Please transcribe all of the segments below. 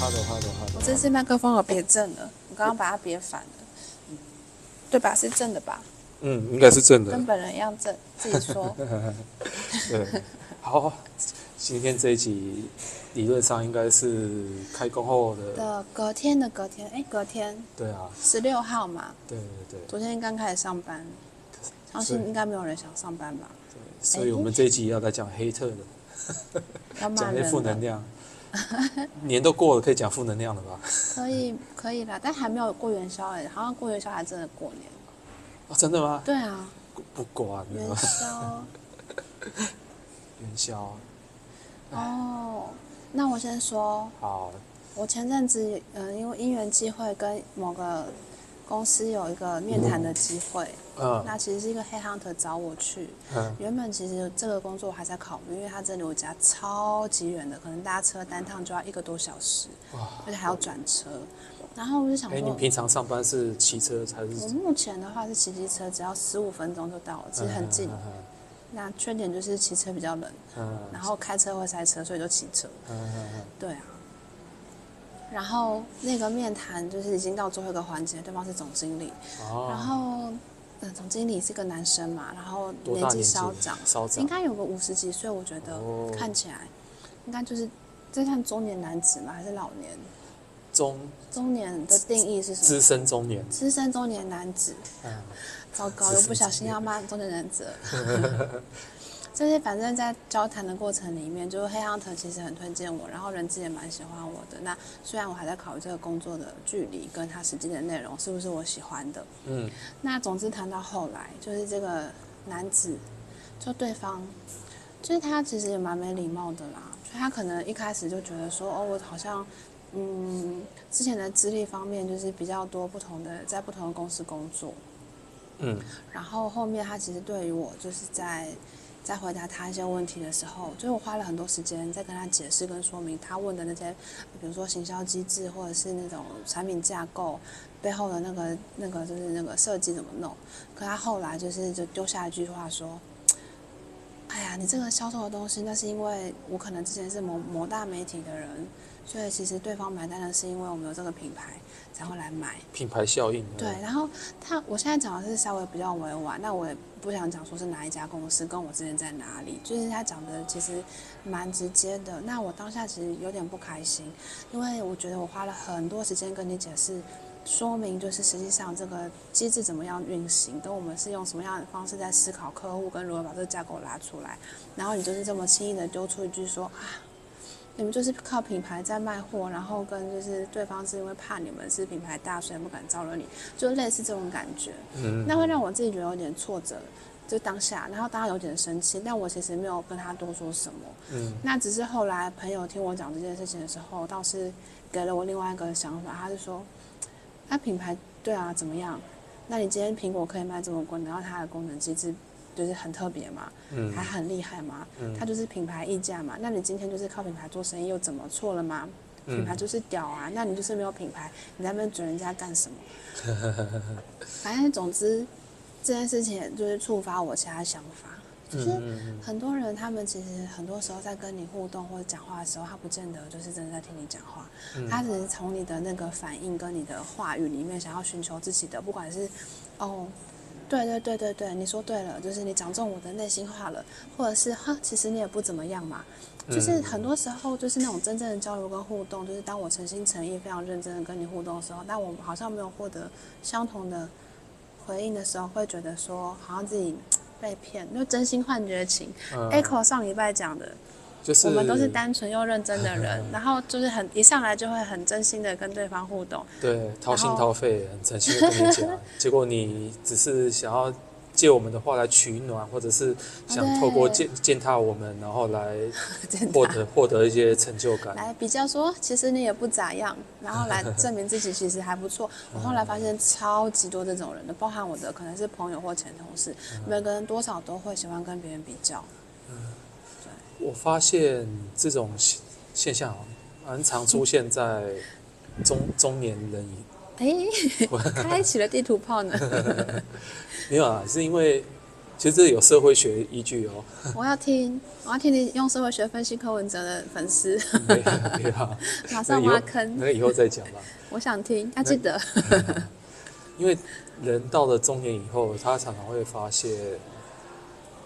好的。我这次麦克风我别正了，我刚刚把它别反了，嗯对吧？是正的吧？嗯，应该是正的跟。本人一样正，自己说。对，好，今天这一集理论上应该是开工后的。的隔天的隔天，哎，隔天对啊，十六号嘛，对对对昨天刚开始上班，相信应该没有人想上班吧？对，所以我们这一集要来讲黑特的，要骂讲那人负能了， 量。年都过了，可以讲负能量了吧？可以可以啦，但还没有过元宵哎、好像过元宵还真的过年。哦，真的吗？对啊，不管元了， 宵元宵。哦。那我先说，好，我前阵子嗯、呃因为因缘际会跟某个公司有一个面谈的机会，嗯那其实是一个黑 hunter 找我去。嗯原本其实这个工作我还在考虑，因为它真的离我家超级远的，可能搭车单趟就要一个多小时，哇，而且还要转车。然后我就想哎，你说，平常上班是骑车还我是？嗯目前的话是骑机车，只要十五分钟就到了，其实很近嗯。那缺点就是骑车比较冷，嗯然后开车会塞车，所以就骑车。嗯嗯嗯对啊。然后那个面谈就是已经到最后一个环节，对方是总经理，嗯。哦然后呃总经理是个男生嘛，然后多大纪年稍长，稍长应该有个五十几岁，我觉得、哦看起来应该就是这算中年男子吗？还是老年？中中年的定义是什么资？深中年，资深中年男子，嗯，糟糕，资又深不小心要骂中年男子了。就是反正，在交谈的过程里面，就是黑 hunter 其实很推荐我，然后人资也蛮喜欢我的。那虽然我还在考虑这个工作的距离跟他实际的内容是不是我喜欢的，嗯，那总之谈到后来，就是这个男子，就对方，就是他其实也蛮没礼貌的啦。就他可能一开始就觉得说，哦，我好像，嗯，之前的资历方面就是比较多不同的，在不同的公司工作。嗯，然后后面他其实对于我就是在在回答他一些问题的时候，就是我花了很多时间在跟他解释跟说明他问的那些，比如说行销机制或者是那种产品架构背后的那个那个就是那个设计怎么弄。可他后来就是就丢下一句话说。哎呀，你这个销售的东西，那是因为我可能之前是某某大媒体的人，所以其实对方买单的是因为我们有这个品牌才会来买。品牌效应，啊对，然后他我现在讲的是稍微比较委婉，那我也不想讲说是哪一家公司，跟我之前在哪里，就是他讲的其实蛮直接的。那我当下其实有点不开心，因为我觉得我花了很多时间跟你解释。说明就是实际上这个机制怎么样运行，跟我们是用什么样的方式在思考客户跟如何把这个架构拉出来，然后你就是这么轻易的丢出一句说啊，你们就是靠品牌在卖货，然后跟就是对方是因为怕你们是品牌大，所以不敢招惹你，就类似这种感觉，嗯，那会让我自己觉得有点挫折，就当下，然后当然有点生气，但我其实没有跟他多说什么，嗯那只是后来朋友听我讲这件事情的时候，倒是给了我另外一个想法，他是说，那品牌对啊怎么样？那你今天苹果可以卖这么贵，然后它的功能机制就是很特别嘛，还嗯很厉害嘛，嗯，它就是品牌溢价嘛。那你今天就是靠品牌做生意，又怎么错了吗？嗯品牌就是屌啊，那你就是没有品牌，你在那边嘴人家干什么？ 反正总之，这件事情也就是触发我其他想法，就嗯是嗯很多人他们其实很多时候在跟你互动或者讲话的时候，他不见得就是真的在听你讲话，嗯他只是从你的那个反应跟你的话语里面想要寻求自己的，不管是哦。对对对对对，你说对了，就是你讲中我的内心话了，或者是哈，其实你也不怎么样嘛，嗯就是很多时候，就是那种真正的交流跟互动，就是当我诚心诚意、非常认真的跟你互动的时候，但我们好像没有获得相同的回应的时候，会觉得说好像自己被骗，就真心幻觉情。嗯 Echo 上礼拜讲的，就是哎我们都是单纯又认真的 人，然后就是很一上来就会很真心的跟对方 互动，对掏心掏肺，很诚心的跟你 讲，结果你只是想要借我们的话来取暖，或者是哦想透过践践踏我们，然后来真获 的。得获得一些成就感。来比较说，其实你也不咋样，然后 来证明自己其实还不错。我后来发现超级多这种人的，包含我的可能是朋友或前同事，嗯每个人多少都会喜欢跟别人比 较。我发现这种现现象蛮常出现在中中年人以 哎，开启了地图炮呢。没有啊，是因为其实这有社会学依据哦。我要听，我要听你用社会学分析柯文哲的粉 丝，没 有没有，马那上以后挖坑，那以后再讲吧。我想听，要记得。因为人到了中年以后，他常常会发现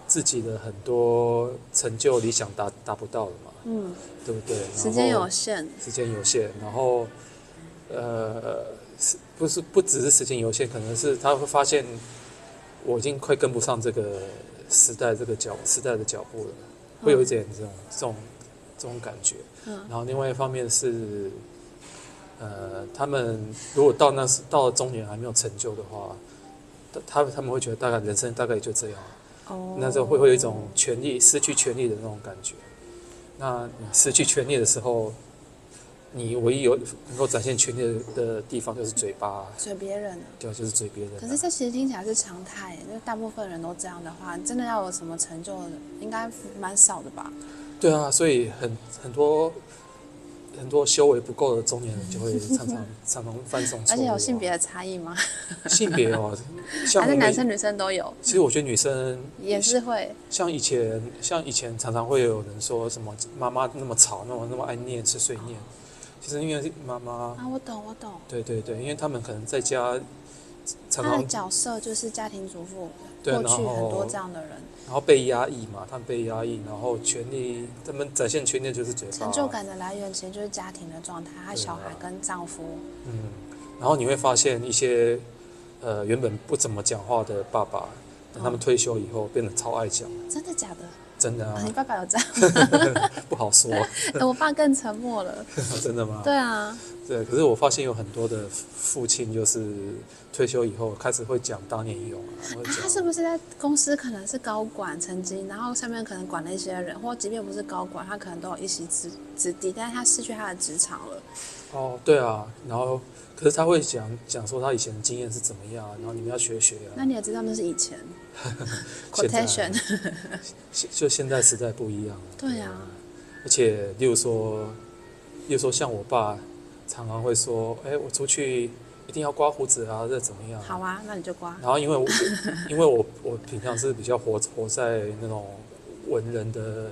自己的很多成就、理想达达不到了嘛，嗯，对不对？然后时间有限，时间有限，然后呃，是不是不只是时间有限，可能是他会发现我已经快跟不上这个时代这个脚时代的脚步了，会有一点这种这种这种感觉。嗯，然后另外一方面是，呃，他们如果到那时到了中年还没有成就的话，他他们他们会觉得大概人生大概也就这样，哦那时候会会有一种权利失去权利的那种感觉。那你失去权利的时候，你唯一有能够展现权利的地方就是嘴巴，随别人啊。对啊，就是嘴别人啊。可是这其实听起来是常态，因为大部分人都这样的话，真的要有什么成就，应该蛮少的吧？对啊，所以很很多很多修为不够的中年人就会常 常常常犯这种错误啊。而且有性别的差异吗？性别 哦，像还我是们男生女生都有？其实我觉得女生也是会，像以前，像以前常常会有人说什么妈妈那么吵，那么那么爱念碎碎念，其实因为妈妈，啊，我懂，我懂。对对对，因为他们可能在家常他的常角色就是家庭主妇，对，过然去很多后这样的人，然后被压抑嘛，他们被压抑，然后权力他们展现权力就是嘴巴，成就，感的来源其实就是家庭的状态，对他啊小孩跟丈夫，嗯，然后你会发现一些呃原本不怎么讲话的爸爸，等他们嗯退休以后变得超爱讲，真的假的？真的 啊你啊，爸爸 有这样？不好 说，哎我爸更沉默了。真的吗？对啊，对，可是我发现有很多的父亲，就是退休以后开始会讲当年勇啊，会啊讲他是不是在公司可能是高管曾经，然后下面可能管了一些人，或即便不是高管，他可能都有一席之之地，但是他失去他的职场了。哦，对啊，然后可是他会讲讲说他以前的经验是怎么样啊，然后你们要学学啊那。你也知道那是以前现在，quotation， 现就现在时代不一样了。对啊，而且例如说，例如说像我爸常常会说，哎，我出去一定要刮胡子啊，这怎么样？好啊，那你就刮。然后因为我因为我我平常是比较活活在那种文人的，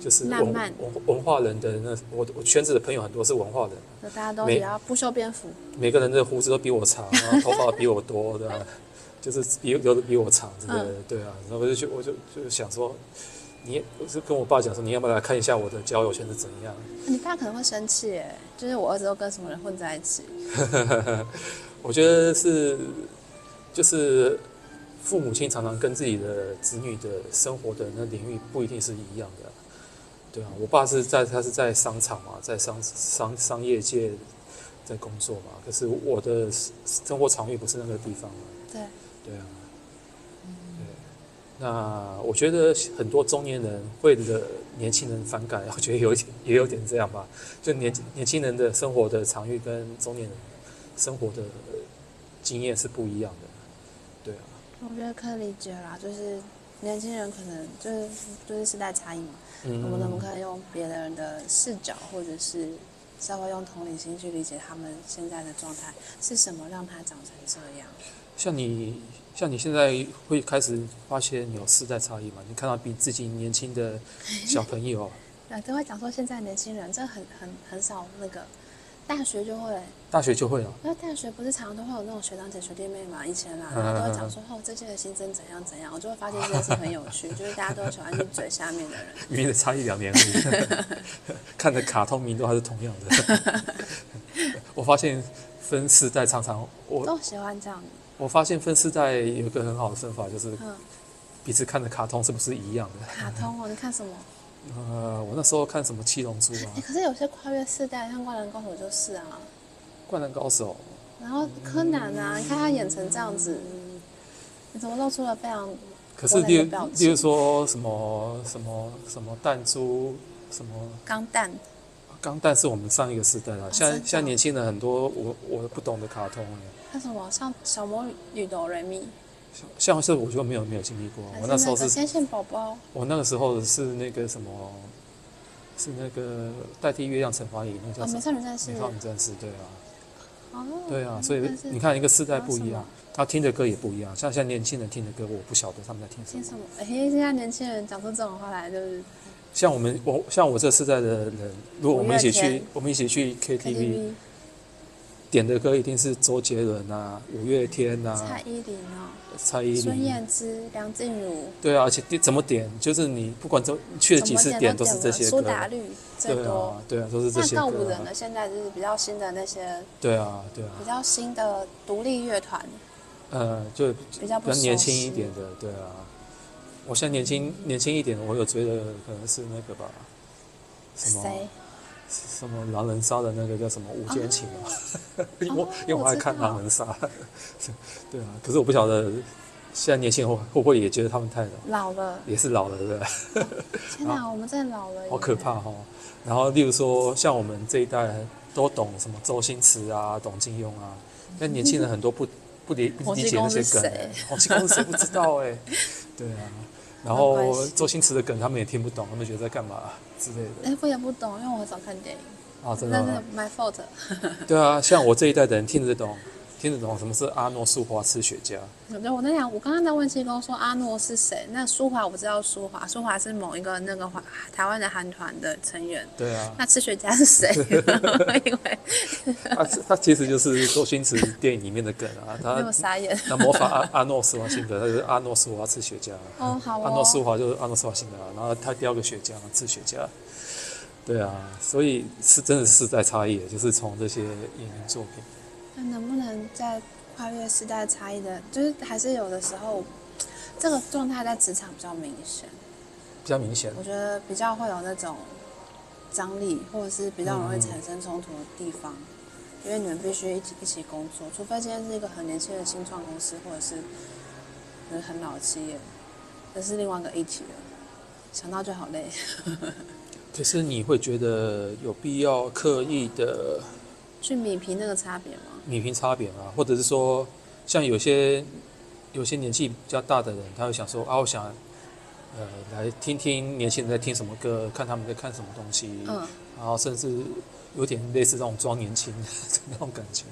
就是浪文漫文文化人的那我我圈子的朋友很多是文化人，那大家都没也要不修边幅，每个人的胡子都比我长，然后头发比我多，对吧？就是比留的比我长之类的，对啊。然后我就去我就就想说，你我就跟我爸讲说，你要不要来看一下我的交友圈是怎样？你爸可能会生气耶，就是我儿子都跟什么人混在一起，我觉得是，就是父母亲常常跟自己的子女的生活的那领域不一定是一样的啊，对啊，我爸是在他是在商场嘛，在商商商业界在工作嘛，可是我的生活场域不是那个地方嘛，对，对啊，对，那我觉得很多中年人会惹年轻人反感，我觉得有一点也有点这样吧，就年年轻人的生活的场域跟中年人生活的呃经验是不一样的，对啊，我觉得可以理解啦，就是年轻人可能就是就是时代差异嘛，嗯我们能不能用别人的视角，或者是稍微用同理心去理解他们现在的状态是什么让他长成这样？像你像你现在会开始发现有世代差异嘛？你看到比自己年轻的小朋友，那都会讲说现在年轻人这很很很少那个。大学就会，大学就会了，因为大学不是常常都会有那种学长姐、学弟妹嘛，以前啦，嗯然后都 会讲说哦，这届的新生怎样怎样，我就会发现这件事很有趣，就是大家都喜欢去嘴下面的人。明明的差一两年而已， 看的卡通名都还是同样的。 我发现分世代常常， 我都喜欢这样，我发现分世代有一个很好的分法，就是嗯，彼此看的卡通是不是一样的？卡通哦，你看什么？呃，我那时候看什么《七龙珠》啊 哎、，可是有些跨越世代，像《灌篮高手》就是啊， 《灌篮高手》，然后柯南啊，你看他演成这样子，你怎么露出了非常……可是例我那个表如情例如说什么什么什么弹珠，什么钢蛋？钢弹是我们上一个时代了，现在真的哦现在年轻人很多我我不懂的卡通哎。那什么像小魔女哆瑞咪，像像是我就没有没有经历过，还哦我那时候个是天线宝宝，我那个时候是那个什么，是那个代替月亮惩罚你那个哦，叫什么？美少女战士美，少女战士对啊，哦，对啊，所以但是你看一个世代不一还有什样么，他听的歌也不一样。像现在年轻人听的歌，我不晓得他们在听什听么。什么？哎，现在年轻人讲出这种话来，就是像我们，我像我这世代的人，如果我们一起五月去天，我们一起去 KTV KTV 点的歌，一定是周杰伦啊、五月天啊蔡、依林哦，蔡依孙林。燕姿、梁静茹，对啊，而且点怎么点，就是你不管怎么你去了怎几么次点点，都都是不这了些苏歌。打绿最对多啊。，对啊，都是这那些告五歌人啊。呢？现在就是比较新的那些对啊，对啊，比较新的独立乐团，呃，就比较比不较熟年悉轻一点的，对啊。我现在年轻年轻一点，我有追的可能是那个吧，什么谁？什么狼人杀的那个叫什么《无间情》啊？因为我哦因为我我爱知看道狼人杀，对啊。可是我不晓得现在年轻人会会不会也觉得他们太老，老了，也是老了的，天哪，我们真的老了耶，啊好可怕哈、然后例如说像我们这一代都懂什么周星驰啊、董金庸啊，但年轻人很多不不理不洪 理七解那公些是梗、谁欸，洪七公是谁不知道 哎、对啊。然没有后关系周星驰的梗他们也听不懂，他们觉得在干嘛之类 的哎，我也不懂，因为我很少看电影，啊，真的那吗。是 my fault。对啊，像我这一代的人听得懂，听得懂什么是阿诺素花吃雪茄。我就我在想，我刚刚在问七公说阿诺是谁？那舒华我知道舒华，舒华是某一个那个华台湾的韩团的成员。对啊，那吃雪茄是 谁？我以为 他啊他其实就是周星驰电影里面的梗啊， 没有他傻眼。他模仿阿阿诺斯瓦辛格，他就是阿诺斯瓦吃雪茄。哦，好 阿诺斯哦，华就是阿诺斯瓦辛格啊，然后他叼个雪茄吃雪茄。对啊，所以是真的是世代差异，就是从这些影音作品。那能不能在跨越世代差异的，就是还是有的时候，这个状态在职场比较明显，比较明显我觉得比较会有那种张力，或者是比较容易产生冲突的地方。因为你们必须一起一起工作，除非今天是一个很年轻的新创公司，或者是就是很老的企业，这是另外一个议题了。想到就好累。 可是你会觉得有必要刻意的去米平那个差别吗？女频差别啊，或者是说，像有些有些年纪比较大的人，他会想说啊，我想呃来听听年轻人在听什么歌，看他们在看什么东西，嗯，然后甚至有点类似这种装年轻的 那种感觉，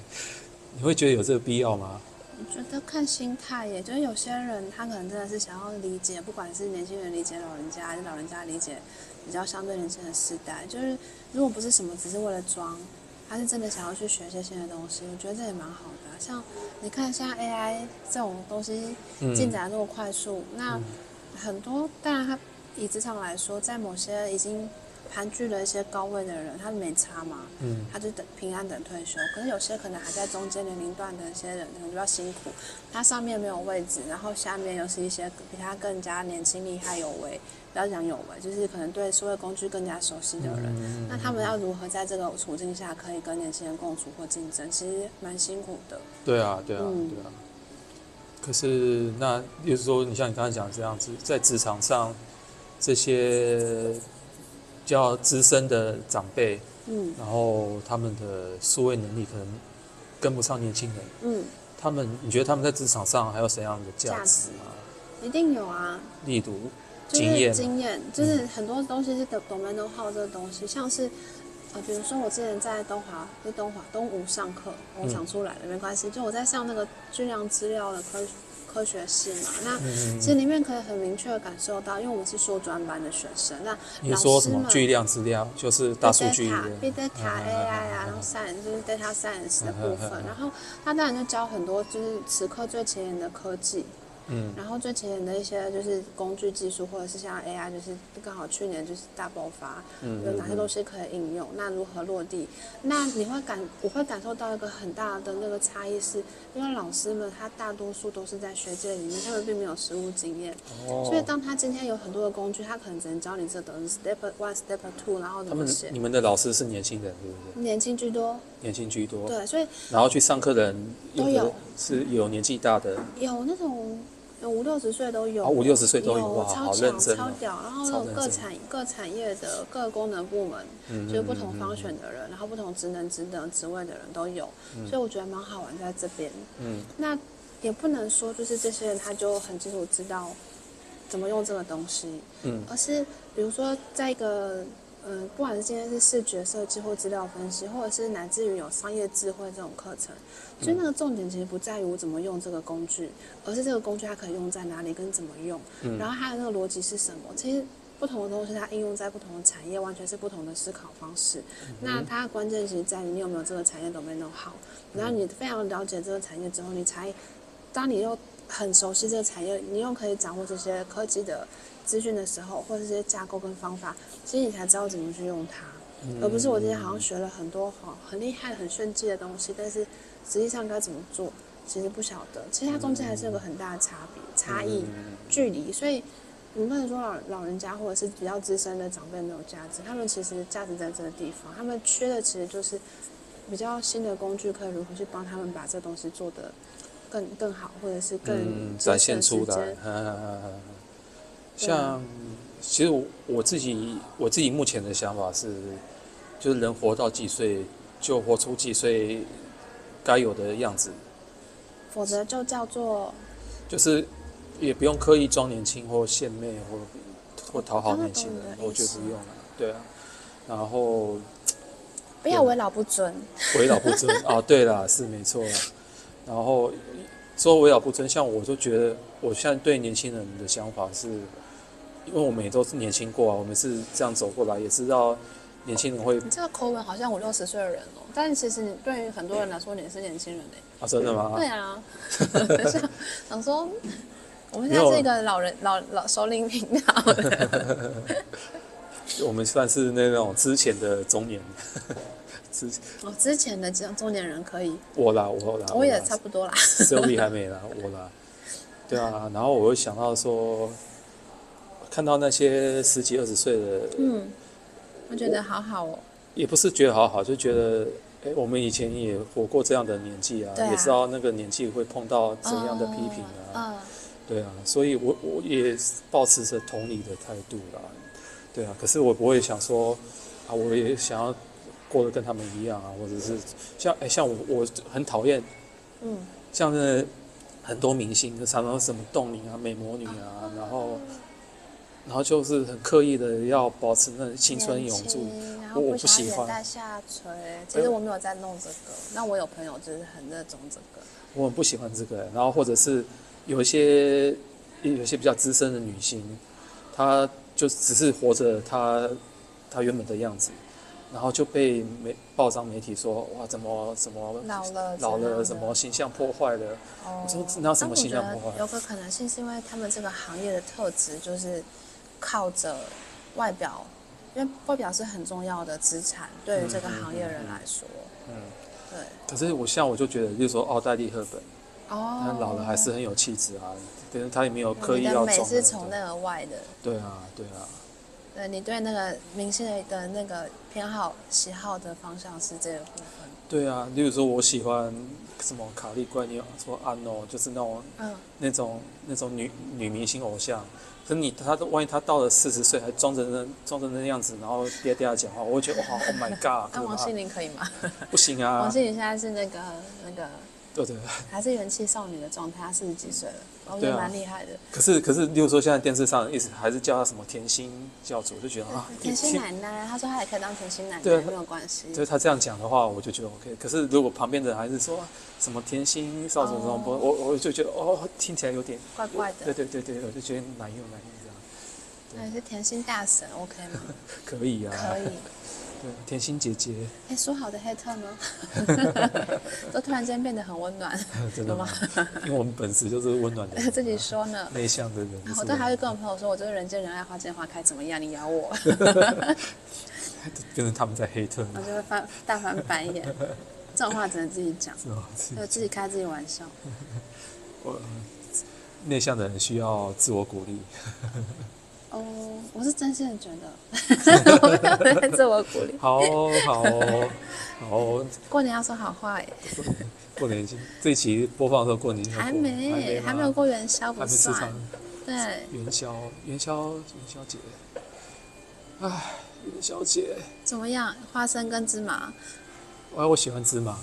你会觉得有这个必要吗？我觉得看心态耶，就是有些人他可能真的是想要理解，不管是年轻人理解老人家，还是老人家理解比较相对年轻的世代，就是如果不是什么只是为了装，他是真的想要去学一些新的东西，我觉得这也蛮好的啊、像你看，像 AI 这种东西嗯，进展得那么快速，那嗯很多当然他以职场来说，在某些已经盘踞了一些高位的人，他没差嘛，嗯，他就等平安等退休。可是有些可能还在中间年龄段的一些人，可能比较辛苦，他上面没有位置，然后下面又是一些比他更加年轻、厉害、有为，不要讲有为，就是可能对数位工具更加熟悉的人。嗯那他们要如何在这个处境下可以跟年轻人共处或竞争，其实蛮辛苦的。对啊，对啊，嗯对啊。可是那，就是说，你像你刚才讲的这样子，在职场上，这些比较资深的长辈，嗯然后他们的数位能力可能跟不上年轻人。嗯，他们，你觉得他们在职场上还有怎样的价值吗？一定有啊，例如，就经验嗯是嘛经验，就是很多东西是懂懂 m 都好这个东西，像是呃，比如说我之前在东华，就东华东吴上课，我嗯讲出来了、没关系，就我在上那个巨量资料的科科学系嘛，那。嗯其实里面可以很明确的感受到，因为我们是硕专班的学生，那你说什老师么们巨量资料，就是大数据的 big data、嗯 AI 啊，嗯嗯然后 science 就是 data science 的部嗯嗯分嗯，嗯然后他当然就教很多就是此刻最前沿的科技，嗯然后最前沿的一些就是工具技术，或者是像 AI，就是刚好去年就是大爆发，嗯有嗯哪些东西可以应用，那如何落地？那你会感，我会感受到一个很大的那个差异是，因为老师们他大多数都是在学界里面，他们并没有实务经验，哦所以当他今天有很多的工具，他可能只能教你这等于 step one、step two，然后他怎么们写你。们的老师是年轻人，对不对？年轻居多，年轻居多，对，所以然后去上课的人都的有是有年纪大的，有那种有五六十岁都有，啊五六十岁都有哇超好强认真超哦屌。然后超认各真产各产业的各功能部门，嗯就是不同方选的人，然后不同职能、职能、职位的人都有，所以我觉得蛮好玩在这边。嗯，那也不能说就是这些人他就很清楚知道怎么用这个东西，嗯而是比如说在一个嗯，不管是今天是视觉设计或资料分析，或者是乃至于有商业智慧这种课程，嗯所以那个重点其实不在于我怎么用这个工具，而是这个工具它可以用在哪里跟怎么用，然后它的那个逻辑是什么。其实不同的东西它应用在不同的产业，完全是不同的思考方式。那它的关键其实在于你有没有这个产业 domain 弄好，然后你非常了解这个产业之后，你才当你又很熟悉这个产业，你又可以掌握这些科技的资讯的时候，或者这些架构跟方法，其实你才知道怎么去用它，嗯而不是我今天好像学了很多好很厉害、很炫技的东西，但是实际上该怎么做，其实不晓得。其实它中间还是有个很大的差别、差异、嗯距离，所以。无论说老老人家或者是比较资深的长辈没有价值，他们其实价值在这个地方，他们缺的其实就是比较新的工具，可以如何去帮他们把这东西做得更更好，或者是更、嗯，展现出来。嗯，像其实我我自己我自己目前的想法是，就是人活到几岁就活出几岁该有的样子，否则就叫做就是也不用刻意装年轻或献媚或或讨好我大概年轻懂你人，的我意觉得思不用了。对啊，然后不要为老不尊。为老不尊 啊，对啦，是没错啦。然后说为老不尊，像我就觉得，我现在对年轻人的想法是，因为我们也都是年轻过啊，我们是这样走过来，也知道年轻人会你这个口吻好像五六十岁的人哦，但是其实你对于很多人来说，你是年轻人嘞。啊，真的吗 对？啊，想想说，我们没现有啊在是一个老人老老首领频道， 我们算是那种之前的中年， 之我之前的这种中年人可以，我啦，我啦，我也啦差不 多啦。 Sylvie 还没啦， 我啦。对啊，然后我又想到说，看到那些十几二十岁的嗯，我觉得好好哦。也不是觉得好好，就觉得，哎，我们以前也活过这样的年纪啊，对啊也知道那个年纪会碰到怎样的批评啊，嗯，嗯对啊，所以我我也保持着同理的态度啦，对啊，可是我不会想说，啊，我也想要过得跟他们一样啊，或者是像哎像我我很讨厌嗯，像是很多明星就常常什么冻龄啊、美魔女哦啊，然后然后就是很刻意的要保持那青春永驻，年轻然后我不不想喜要欢哎眼袋下垂。其实我没有在弄这个，那我有朋友就是很热衷这个。我很不喜欢这个、然后或者是有一些有一些比较资深的女星，她就只是活着她她原本的样子，然后就被媒报章媒体说哇怎么怎么老了老怎样了的什么形象破坏了，哦我说那什么形象破坏但我觉得有个可能性是因为他们这个行业的特质就是靠着外表，因为外表是很重要的资产，对于这个行业人来说，嗯。对，可是我像我就觉得，就是说奥黛丽·赫本，她哦，老了还是很有气质啊，但是她也没有刻意你要装的美那是种从内而外的，对啊对啊，对你对那个明星的的那个偏好喜好的方向是这个部分，对啊，例如说我喜欢什么卡利怪尼啊说安诺，就是那种嗯，那种那种女女明星偶像。可是你她万一她到了四十岁还装成那装成那样子，然后嗲嗲地讲话，我会觉得哇，Oh my God！那啊可王心怕凌可以吗？不行啊 王，心凌现在是那个那个对对。还是元气少女的状态，她四十几岁了，我觉对得啊蛮厉害的。可是可是，例如说现在电视上一直还是叫她什么甜心教主，就觉得啊，甜一心听奶奶，她说她也可以当甜心奶奶，对没有关系。就是他这样讲的话，我就觉得 OK。可是如果旁边的人还是说啊什么甜心少主这种，不，哦我我就觉得哦，听起来有点，怪怪对的，对对对，我就觉得难用难用这样，那你是甜心大神，OK 吗？可以啊，可以。对，甜心姐姐，哎，说好的黑 特呢？都突然间变得很温暖，，真的吗？因为我们本质就是温暖的人 自己说呢。内向的人，我嗯是都还会吧跟我朋友说，我就是人见人爱，花见花开，怎么样？你咬我， 变成他们在黑特，我就会翻大翻白眼。这种话只能自己讲，是吧？是就自己开自己玩笑。我嗯内向的人需要自我鼓励，哦，我是真心的觉得， 我没有在自我鼓励。 好哦好哦好哦，过年要说好话哎，过年已经这一期播放的时候，过年已经还过了没，还没还没吗有过元宵还不没吃算上。对，元宵，元宵，元宵节，唉，元宵节，怎么样？花生跟芝麻？哎，我喜欢芝麻，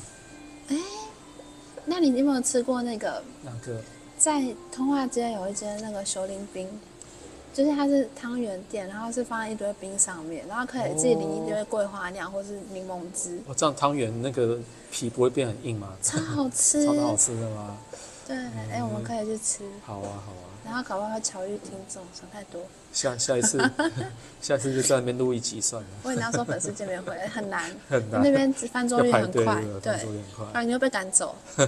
那你有没有吃过那个那个在通化街有一间那个熊林冰？就是它是汤圆店，然后是放在一堆冰上面，然后可以自己淋一堆桂花酿或是柠檬汁，哦，这样汤圆那个皮不会变很硬吗？超好 吃。超好吃的嗯吗？对，哎、我们可以去吃，好啊，好啊，然后搞不好会巧遇听众，想太多。下下 一次，下次就在那边录一集算了，我也要说粉丝见面会很难， 很难那，边翻桌要率排很队快的，，动对作，有点快。然后你就被赶 走。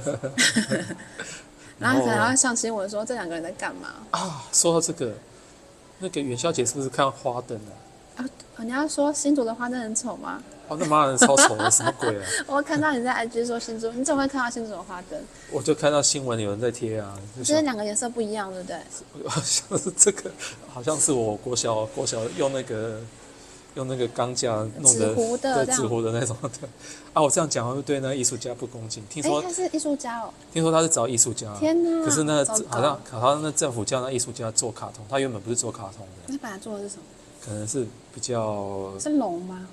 然后可能还会上新闻说这两个人在干嘛啊，说到这个，那个元宵节是不是看花灯啊？啊？你要说新竹的花灯很丑吗？哦，那妈的超丑的，什么鬼啊？我看到你在 IG 说新竹，你怎么会看到新竹的花灯？我就看到新闻有人在贴啊，就就是想两个颜色不一样，对不 对？好像是这个，好像是我国小国小用那个用那个钢架弄纸的，糊的对这纸样。糊的那种的。啊，我这样讲会不会对那个艺术家不恭敬？听哎说，他是艺术家哦！听说他是找艺术家，天哪，可是那糟糕好像好像那政府叫那艺术家做卡通，他原本不是做卡通的，那本来做的是什么？可能是比较是龙吗？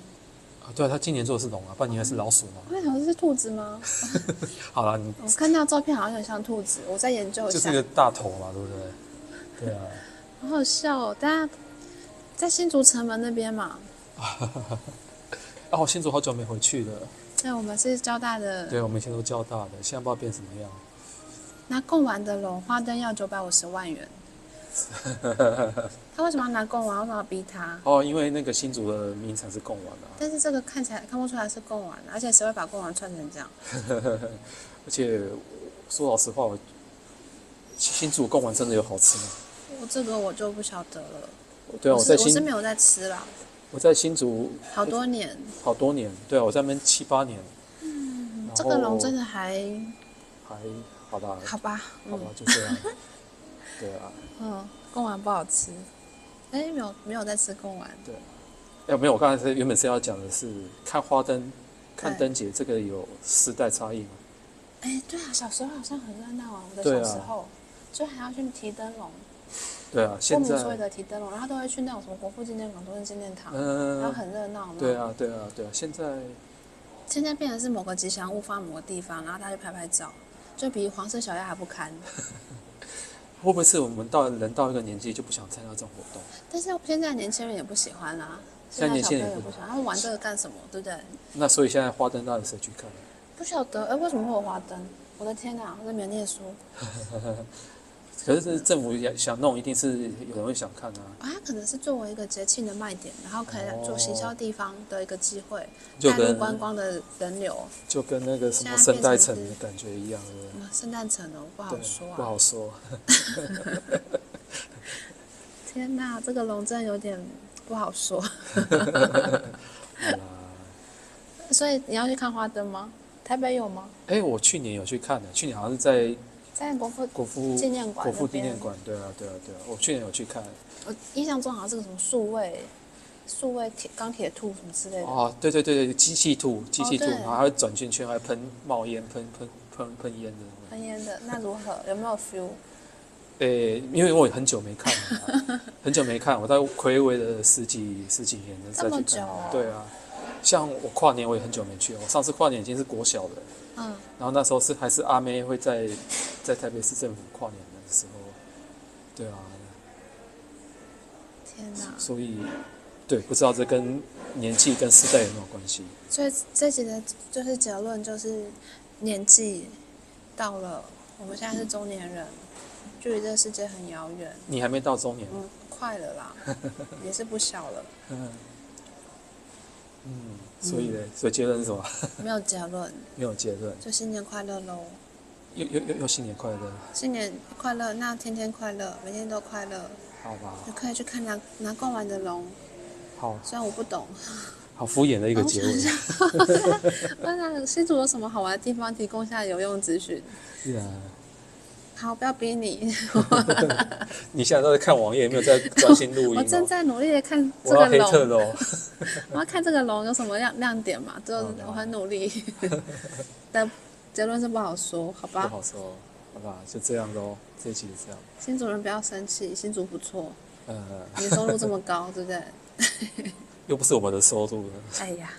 啊，对啊，他今年做的是龙啊，半年还是老鼠嘛。我在想是兔子吗？ 好啦，你我看到照片好像很像兔子，我再研究一就是下一。个大头嘛，对不对？对啊，好好笑哦！大家在新竹城门那边嘛，啊，我新竹好久没回去了。对，我们是交大的，对，我们以前都交大的，现在不知道变什么样。拿贡丸的龙花灯要九百五十 万元。他为什么要拿贡丸？为什么要逼他？哦，因为那个新竹的名产是贡丸啊，但是这个看起来看不出来是贡丸，而且谁会把贡丸串成这样？而且说老实话，我新竹贡丸真的有好吃吗？我这个我就不晓得了。对啊，我我是在我是新没有在吃啦，我在新竹好多年。好多年，对啊，我在那边七八年，嗯然这个龙后真的还还好吧，好吧？好吧嗯，就这样。对啊，嗯，贡丸不好吃。哎，没有没有在吃贡丸。哎，没有，我刚才是原本是要讲的是看花灯、看对灯节，这个有时代差异吗？哎，对啊，小时候好像很热闹啊。我的对啊小时候、就还要去提灯笼，对啊，不现明所以在的提灯笼，然后都会去那种什么国父纪念馆、中正纪念堂，然后嗯，很热闹嘛。对。啊，对啊，对啊，现在现在变成是某个吉祥物放在某个地方，然后大家去拍拍照，就比黄色小鸭还不堪。会不会是我们到人到一个年纪就不想参加这种活动？但是现在年轻人也不喜欢啦、现在年小轻朋人友也也不不喜欢，他们玩这个干什么？对不对？那所以现在花灯到底谁去看？不晓得，哎，为什么会有花灯？我的天哪，我都没有念书可是政府也想弄，一定是有人会想看啊。啊！它可能是作为一个节庆的卖点，然后可以做行销地方的一个机会，哦就带入跟观光的人流。就跟那个什么现圣在变成代城是的感觉一样，对不对？哇，圣诞城哦，不好对说不啊！好说。天哪，这个龙真的有点不好说。 好啦所以你要去看花灯吗？台北有吗？哎、我去年有去看的，去年好像是在在国父，国父纪念馆国父那纪边念馆，对啊，对啊，对啊，我去年有去看。我印象中好像是个什么数位、数位铁钢铁兔什么之类的。哦，对对对对，机器兔，机器兔，哦对然后还会转圈圈，还喷冒烟，喷喷喷喷烟的。喷烟的那如何？有没有 feel？诶、因为我很久没看了啊，很久没看，我在暌违了十几十几年了，再这么去久看哦。对啊，像我跨年我也很久没去了，我上次跨年已经是国小了，嗯，然后那时候是还是阿妹会在在台北市政府跨年的时候，对啊，天哪！所以对，不知道这跟年纪跟时代有没有关系？所以这集的就是结论就是，年纪到了，我们现在是中年人，距离这个世界很遥远。你还没到中年，嗯，快 了啦，也是不小了，嗯，嗯，所以呢，所以结论是什么？没有结论，没有结论，就新年快乐喽！又又又又新年快乐，新年快乐，那天天快乐，每天都快乐。好吧，你可以去看拿拿贡丸的龙，好虽然我不懂。 好敷衍的一个结尾。哦那那新竹有什么好玩的地方？提供一下有用资讯。是啊，好，不要逼你，你现在都在看网页，没有在专心录音、哦。 我正在努力的看这我要黑个龙特。喽。我要看这个龙有什么亮亮点嘛，就是嗯我很努力， 但结论是不好说，好不吧？好说，好吧，就这样喽，这一期就这样。新主人不要生气，新主不错，呃，年收入这么高，对不对？又不是我们的收入了。哎呀，